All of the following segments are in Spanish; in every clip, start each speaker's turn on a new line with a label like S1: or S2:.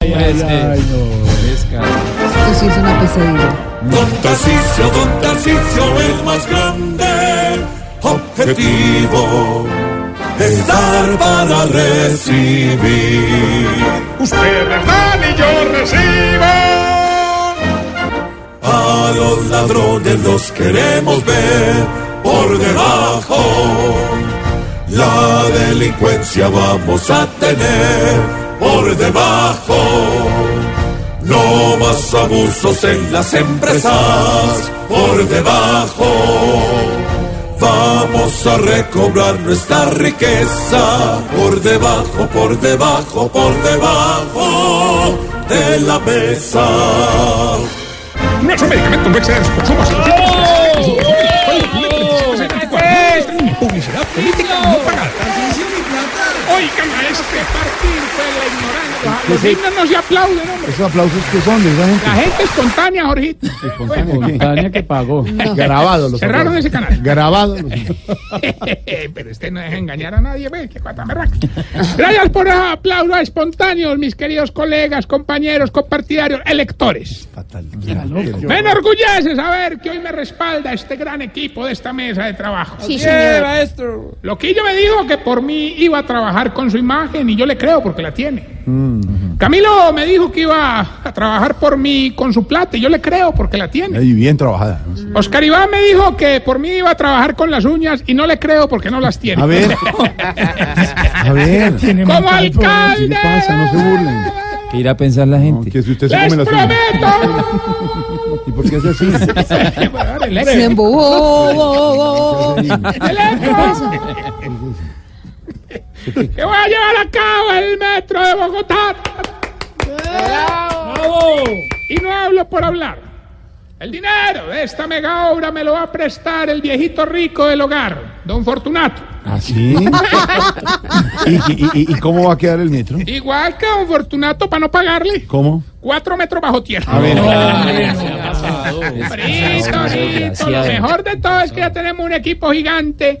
S1: Este,
S2: Ay, ay, no.
S3: Esto sí es una pesadilla.
S4: Don Tarcisio, Don Tarcisio, el más grande objetivo es dar para recibir.
S5: Ustedes dan y yo recibo.
S4: A los ladrones los queremos ver por debajo. La delincuencia vamos a tener por debajo. No más abusos en las empresas por debajo. Vamos a recobrar nuestra riqueza por debajo, por debajo, por debajo de la mesa.
S5: No es un medicamento, no exceden sus consumos. Publicidad política no pagada. Oigan a este partido de la ignorancia. Los himnos no se aplauden, hombre.
S2: ¿Esos aplausos que son de esa gente?
S5: La gente espontánea, Jorgito.
S2: Espontánea que pagó. Grabado. Los
S5: Cerraron ese canal.
S2: Grabado.
S5: Pero este no deja engañar a nadie, ve, que cuata berraca. Gracias por esos aplausos espontáneos, mis queridos colegas, compañeros, compartidarios, electores. Me enorgullece saber que hoy me respalda este gran equipo de esta mesa de trabajo.
S3: Sí, señor.
S5: Loquillo me dijo que por mí iba a trabajar con su imagen y yo le creo porque la tiene. Camilo me dijo que iba a trabajar por mí con su plata y yo le creo porque la tiene.
S2: Y bien trabajada.
S5: Oscar Iván me dijo que por mí iba a trabajar con las uñas y no le creo porque no las tiene.
S2: A ver. A ver.
S5: Como
S2: ¿Qué
S5: alcalde,
S2: le pasa? No se burlen.
S6: ¿Qué irá a pensar la gente?
S2: Que si usted se
S5: les
S2: come las uñas.
S5: prometo.
S2: ¿Y por qué es así?
S5: El
S3: Se
S5: ex-
S3: embobó. bo- bo-
S5: el ex- que voy a llevar a cabo el metro de Bogotá. Y no hablo por hablar. El dinero de esta mega obra me lo va a prestar el viejito rico del hogar, don Fortunato.
S2: ¿Así? ¿Y, y, y, y cómo va a quedar el metro?
S5: Igual que don Fortunato para no pagarle.
S2: ¿Cómo?
S5: Cuatro metros bajo tierra.
S2: A ver.
S5: Frito, frito. Lo mejor de todo es que ya tenemos un equipo gigante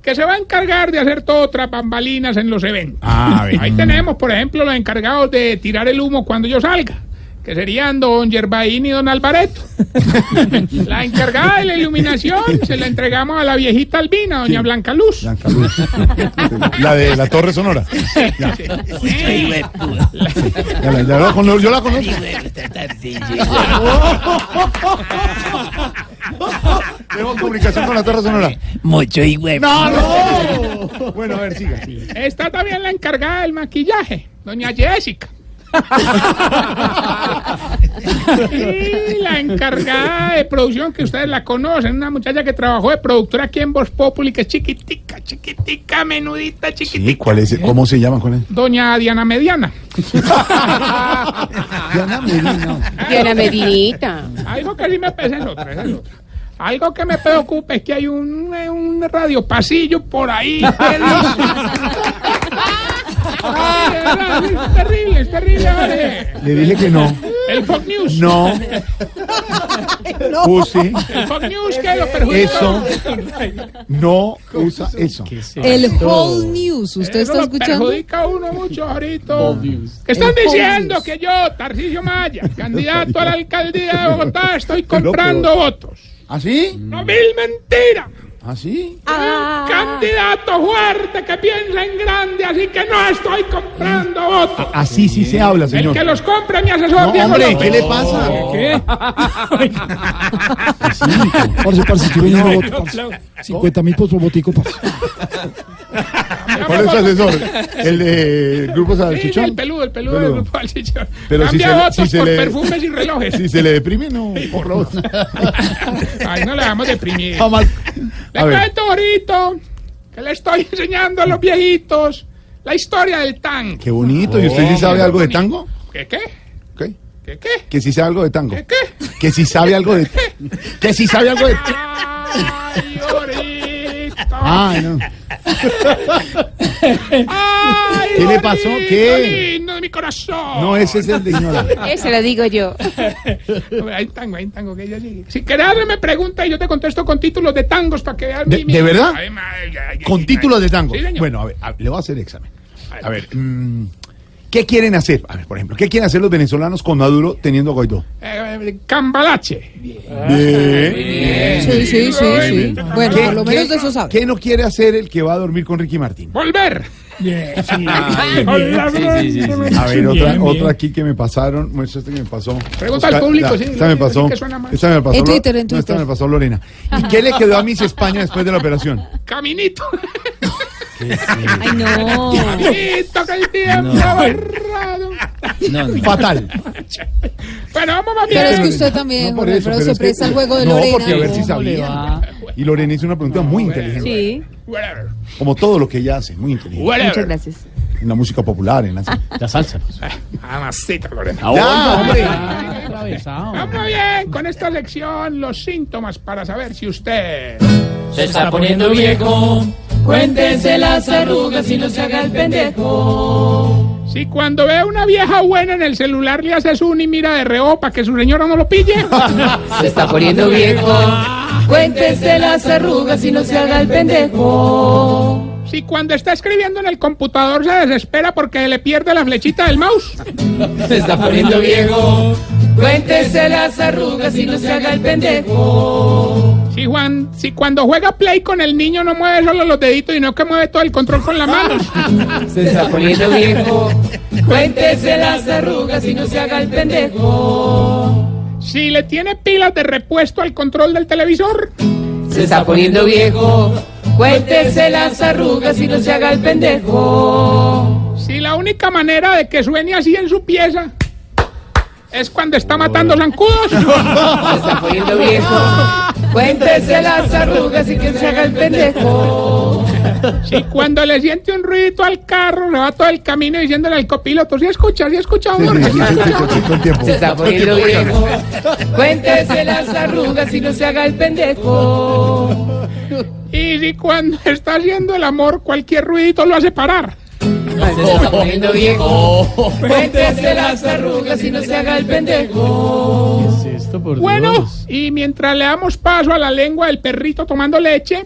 S5: que se va a encargar de hacer todo tras bambalinas en los eventos.
S2: Ah, a ver.
S5: Ahí tenemos, por ejemplo, los encargados de tirar el humo cuando yo salga, que serían don Yerbaín y don Alvareto. la encargada de la iluminación se la entregamos a la viejita albina, doña Blanca Luz.
S2: Blanca Luz. La de la Torre Sonora. Ya la- ya la cono- yo la conozco. Tengo comunicación con la Torre Sonora.
S1: Mucho y
S2: ¡No, no! Bueno, a ver, siga. siga.
S5: Está también la encargada del maquillaje, doña Jessica. y la encargada de producción que ustedes la conocen, una muchacha que trabajó de productora aquí en Voz Populi, que es chiquitica, chiquitica, menudita, chiquitica.
S2: Sí, ¿cuál es? ¿Cómo se llama? ¿Cuál es?
S5: Doña Diana Mediana.
S2: Diana Merino.
S3: Y era Medinita.
S5: Algo que sí me pesa es otra, esa es otra. Algo que me preocupa es que hay un, eh, un radio pasillo por ahí. terrible. es terrible, es terrible. vale.
S2: Le dije que no.
S5: El Fox News.
S2: No. Use
S5: El Fox News que lo perjudica.
S2: eso. No usa eso.
S3: El Whole News.
S1: Eh,
S3: ¿Usted
S5: Eso
S3: está
S5: lo
S3: escuchando?
S5: perjudica a uno mucho ahorita. Que están diciendo que yo, Tarcisio Maya, candidato a la alcaldía de Bogotá, estoy comprando votos.
S2: ¿Así?
S5: No, mil mentiras.
S2: ¿Así?
S3: Ah.
S5: Candidato fuerte que piensa en grande, así que no estoy comprando votos.
S2: Así sí se habla,
S5: El
S2: Ah, señor.
S5: que los compre mi asesor
S2: No,
S5: Diego
S2: hombre,
S5: López.
S2: ¿qué le pasa?
S5: ¿Qué?
S2: Parce, parce, yo venía a voto, parce. 50 mil por su botico, parce. ¿Cuál es su asesor? ¿El de Grupo
S5: Sí, el
S2: Salchichón?
S5: peludo, el peludo del
S2: Peludo.
S5: grupo del chichón.
S2: Pero si
S5: Cambia
S2: se le-
S5: votos
S2: si se
S5: por
S2: le-
S5: perfumes y relojes.
S2: Si se le deprime, no. Por favor.
S5: Ay, no le vamos deprimir.
S2: Está mal.
S5: Le
S2: A ver.
S5: cuento, Borito, que le estoy enseñando a los viejitos la historia del tanque.
S2: Qué bonito. ¿Y usted sí sabe algo de tango?
S5: ¿Qué qué?
S2: ¿ok?
S5: ¿Qué qué?
S2: Que si sabe algo de tango.
S5: ¿Qué qué?
S2: Que si sabe algo de. Que si sabe algo de.
S5: ¡Ay, Orito!
S2: Ah, no.
S5: ¡Ay,
S2: ¿Qué le pasó?
S5: Orito,
S2: ¿Qué?
S5: lindo de mi corazón!
S2: No, ese es el de Ignora.
S3: Ese lo digo yo.
S5: Hay un tango, hay un tango que ella sigue. Si querés, hazme me pregunta y yo te contesto con títulos de tangos para que veas
S2: ¿De- de verdad?
S5: Ay, madre, ya, ya,
S2: Con
S5: ya,
S2: títulos de
S5: ya.
S2: tango.
S5: Sí, señor. eh,
S2: Bueno, a ver, a- le voy a hacer examen. A ver, mm, ¿qué quieren hacer? A ver, por ejemplo, ¿qué quieren hacer los venezolanos con Maduro teniendo a Guaidó? mm.
S5: Eh, cambalache.
S3: Sí, sí, sí, sí. Bueno,
S2: ¿Qué-
S3: Ah, por lo
S2: qué-
S3: menos de eso sabe.
S2: ¿Qué no quiere hacer el que va a dormir con Ricky Martín?
S5: Volver.
S6: Sí, sí, sí, sí.
S2: A ver, otra, otra aquí que me pasaron. Bueno, esta que me pasó.
S5: Pregunta al público, sí,
S2: Esta me
S5: sí,
S2: pasó.
S5: que suena más.
S2: Esta me pasó.
S3: En Twitter, en
S2: no, esta
S3: Twitter.
S2: me pasó Lorena. ¿Y qué le quedó a Miss España después de la operación?
S5: Caminito.
S3: Ay, no.
S5: Caminito que el tiempo
S6: No.
S5: ha borrado.
S6: No, no.
S2: Fatal.
S5: Bueno, vamos más bien.
S3: Pero es que usted también,
S2: No por
S3: Jorge
S2: eso,
S3: Alfredo,
S2: pero
S3: se
S2: es que-
S3: presta al juego de
S2: No,
S3: Lorena.
S2: porque a ver si
S3: ¿Cómo le
S2: sabía.
S3: va?
S2: Y Lorena hizo una pregunta muy inteligente.
S3: Sí,
S5: Whatever.
S2: Como todo lo que ella hace, muy inteligente.
S5: Whatever.
S3: muchas gracias.
S2: En la música popular, en la.
S6: La salsa. pues.
S5: Ah, Amasita, Lorena.
S2: ¡Ya, hombre!
S5: Vamos bien con esta lección, los síntomas para saber si usted...
S1: Se está poniendo viejo. Cuéntense las arrugas y no se haga el pendejo.
S5: Si cuando ve a una vieja buena en el celular le hace zoom y mira de reopa para que su señora no lo pille.
S1: Se está poniendo viejo. Cuéntense las arrugas y no se haga el pendejo.
S5: Si cuando está escribiendo en el computador se desespera porque le pierde la flechita del mouse.
S1: Se está poniendo viejo. Cuéntense las arrugas y no se haga el pendejo.
S5: Si, Juan, si cuando juega play con el niño no mueve solo los deditos, sino que mueve todo el control con la mano.
S1: Se está poniendo viejo. Cuéntense las arrugas y no se haga el pendejo.
S5: Si le tiene pilas de repuesto al control del televisor.
S1: Se está poniendo viejo. Cuéntese las arrugas y no se haga el pendejo.
S5: Si la única manera de que suene así en su pieza es cuando está matando zancudos.
S1: Se está poniendo viejo. Cuéntese las arrugas y que se haga el pendejo.
S5: Si cuando le siente un ruidito al carro, se va todo el camino diciéndole al copiloto, si escucha, si escucha,
S2: Sí,
S5: Jorge,
S2: sí,
S5: sí
S2: sí, sí,
S5: escucha".
S2: sí, sí, con tiempo.
S1: Se está poniendo viejo. Cuéntese las arrugas y no se haga el pendejo.
S5: Y si cuando está haciendo el amor, cualquier ruidito lo hace parar.
S1: Se está poniendo viejo. Cuéntese las arrugas y no se haga el pendejo.
S5: Bueno, y mientras le damos paso a la lengua del perrito tomando leche,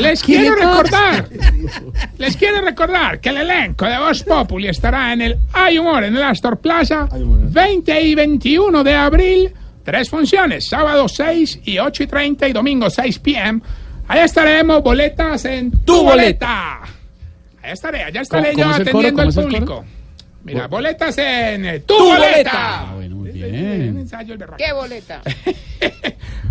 S5: les quiero recordar, les quiero recordar que el elenco de Voz Populi estará en el Hay Humor en el Astor Plaza 20 y 21 de abril, tres funciones, sábado 6 y 8 y 30 y domingo 6 pm. Ahí estaremos, boletas en tu boleta. Ahí estaré, allá estaré yo atendiendo al público. Mira, boletas en eh, tu, boleta.
S6: Ah, bueno, muy
S5: Era
S6: bien.
S5: un ensayo el berraco.
S3: boleta?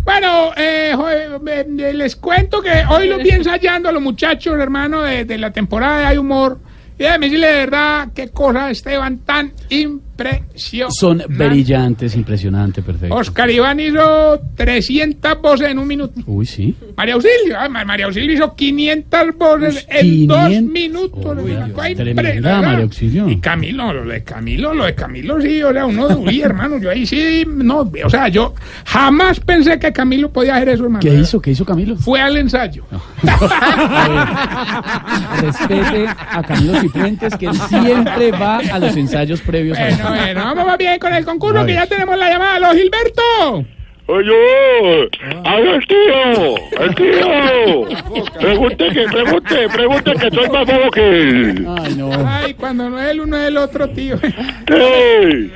S5: Bueno, eh, jo- eh, eh, les cuento que hoy los vi ensayando a los muchachos, hermano, de, de la temporada de Hay Humor. Y déjame decirle de verdad qué cosa, Esteban, tan impresionante.
S6: Son brillantes, impresionante, perfecto.
S5: Oscar Iván hizo 300 voces en un minuto.
S6: Uy, sí.
S5: María Auxilio, ah, Ma- María Auxilio hizo 500 voces en
S6: 500.
S5: dos minutos.
S6: Uy,
S5: Fue
S6: Dios,
S5: impre-
S6: Oh, tremenda,
S5: ¿verdad?
S6: María Auxilio.
S5: Y Camilo, lo de Camilo, lo de Camilo, sí, o sea, uno duría, hermano. Yo ahí sí, no, o sea, yo jamás pensé que Camilo podía hacer eso, hermano.
S6: ¿Qué hizo? ¿Qué hizo Camilo?
S5: Fue al ensayo.
S6: Respete a Camilo Cifuentes, que él siempre va a los ensayos previos. a-
S5: Bueno, bueno, vamos más bien con el concurso
S6: Ay.
S5: que ya tenemos la llamada. ¡Aló, Gilberto!
S7: Oye, habla el tío, el tío. Pregunte que, pregunte, pregunte que soy más bobo que él.
S6: Ay, no.
S5: Ay, cuando no es el uno es el otro, tío.
S7: Ey,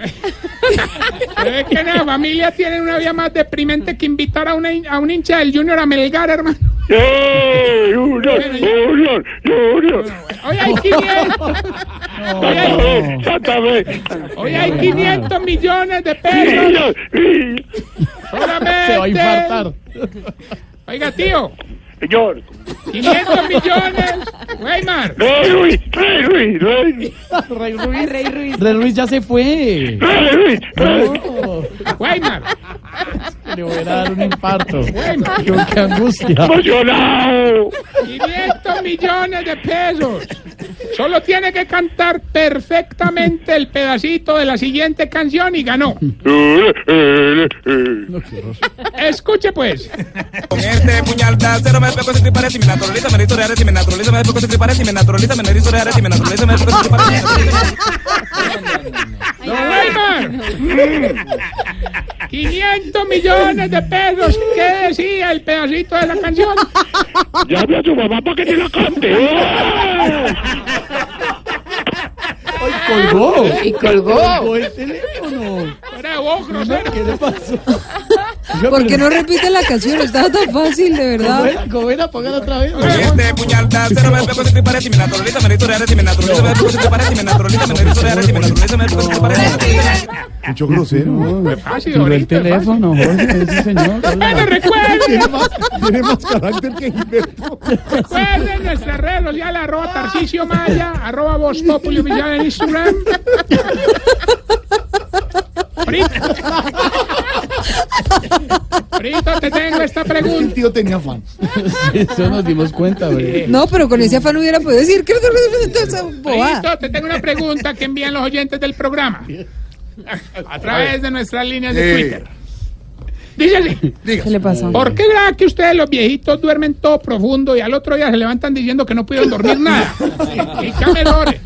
S5: Es que la familia tiene una vida más deprimente que invitar a, una, hin- a un hincha del Junior a Melgar, hermano.
S7: ey, Junior, Junior, Junior.
S5: Hoy hay 500,
S7: Santa Fe, Santa Fe.
S5: hoy hay 500 millones de pesos.
S7: Junior, Junior.
S5: Solamente.
S6: Se va a infartar.
S5: Oiga, tío,
S7: Señor.
S5: 500 millones. Weimar.
S7: Rey Ruiz, Rey Ruiz, Rey
S6: Rey Ruiz. Rey Ruiz ya se fue.
S7: Rey Ruiz, Rey.
S5: Weimar.
S6: Le voy a dar un infarto.
S5: Weimar.
S6: Yo, qué angustia.
S7: Emocionado.
S5: 500 millones de pesos. Solo tiene que cantar perfectamente el pedacito de la siguiente canción y ganó. Escuche pues.
S4: Con este puñal de acero me pego sin tripares y me naturaliza, me erizo de ares y me naturaliza, me pego sin tripares y me naturaliza, me erizo de ares y me naturaliza, me pego sin tripares y me naturaliza.
S5: ¡Don Wilmer! 500 millones de pesos. ¿Qué decía el pedacito de la canción?
S7: Ya había a su mamá para que te la cante.
S6: ¡Colgó!
S1: Y colgó.
S6: ¡Colgó el teléfono!
S5: Era vos, grosero.
S6: ¿Qué le pasó?
S3: ¿Por qué no repite la canción? Estaba tan fácil, de verdad.
S6: Gobera, póngala otra vez.
S4: Con este puñal de acero me pego sin tripares y me naturaliza, me erizo de ares y me naturaliza, me pego sin tripares y me naturaliza, me erizo de ares y me naturaliza, me pego sin tripares y me naturaliza.
S2: Mucho grosero.
S5: Ah, sí,
S6: Colgó
S5: bonito,
S6: el
S5: es fácil.
S6: teléfono, Jorge, sí, señor.
S5: Bueno, recuerden,
S2: Tiene más, tiene más carácter que Gilberto.
S5: recuerden nuestras redes sociales, arroba Tarcicio Maya, arroba Voz Populi Oficial en Instagram. Frito. Frito, te tengo esta
S2: El
S5: pregunta.
S2: tío tenía fan.
S6: Eso nos dimos cuenta, güey.
S3: No, pero con ese afán hubiera podido decir que esa bobada.
S5: Frito, te tengo una pregunta que envían los oyentes del programa. A través de nuestras líneas de
S2: Sí.
S5: Twitter. Dice así,
S3: ¿Qué le pasó?
S5: ¿por qué será que ustedes los viejitos duermen todo profundo y al otro día se levantan diciendo que no pudieron dormir nada? Y camelores.